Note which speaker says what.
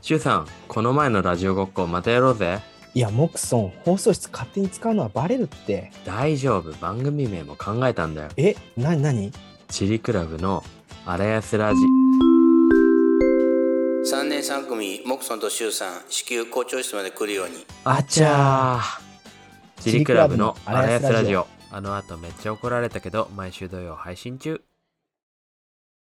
Speaker 1: シュウさん、この前のラジオごっこまたやろうぜ。
Speaker 2: いや、モクソン、放送室勝手に使うのはバレるって。
Speaker 1: 大丈夫、番組名も考えたんだよ。
Speaker 2: え、なになに
Speaker 1: チリクラブのアラヤスラジ。
Speaker 3: 3年3組モクソンとシュウさん至急校長室まで来るように
Speaker 1: あちゃー。チリクラブのアラヤスラ
Speaker 2: チリクラブのアラヤスラ
Speaker 1: ジ
Speaker 2: ジ
Speaker 1: オ。あの後めっちゃ怒られたけど、毎週土曜配信中。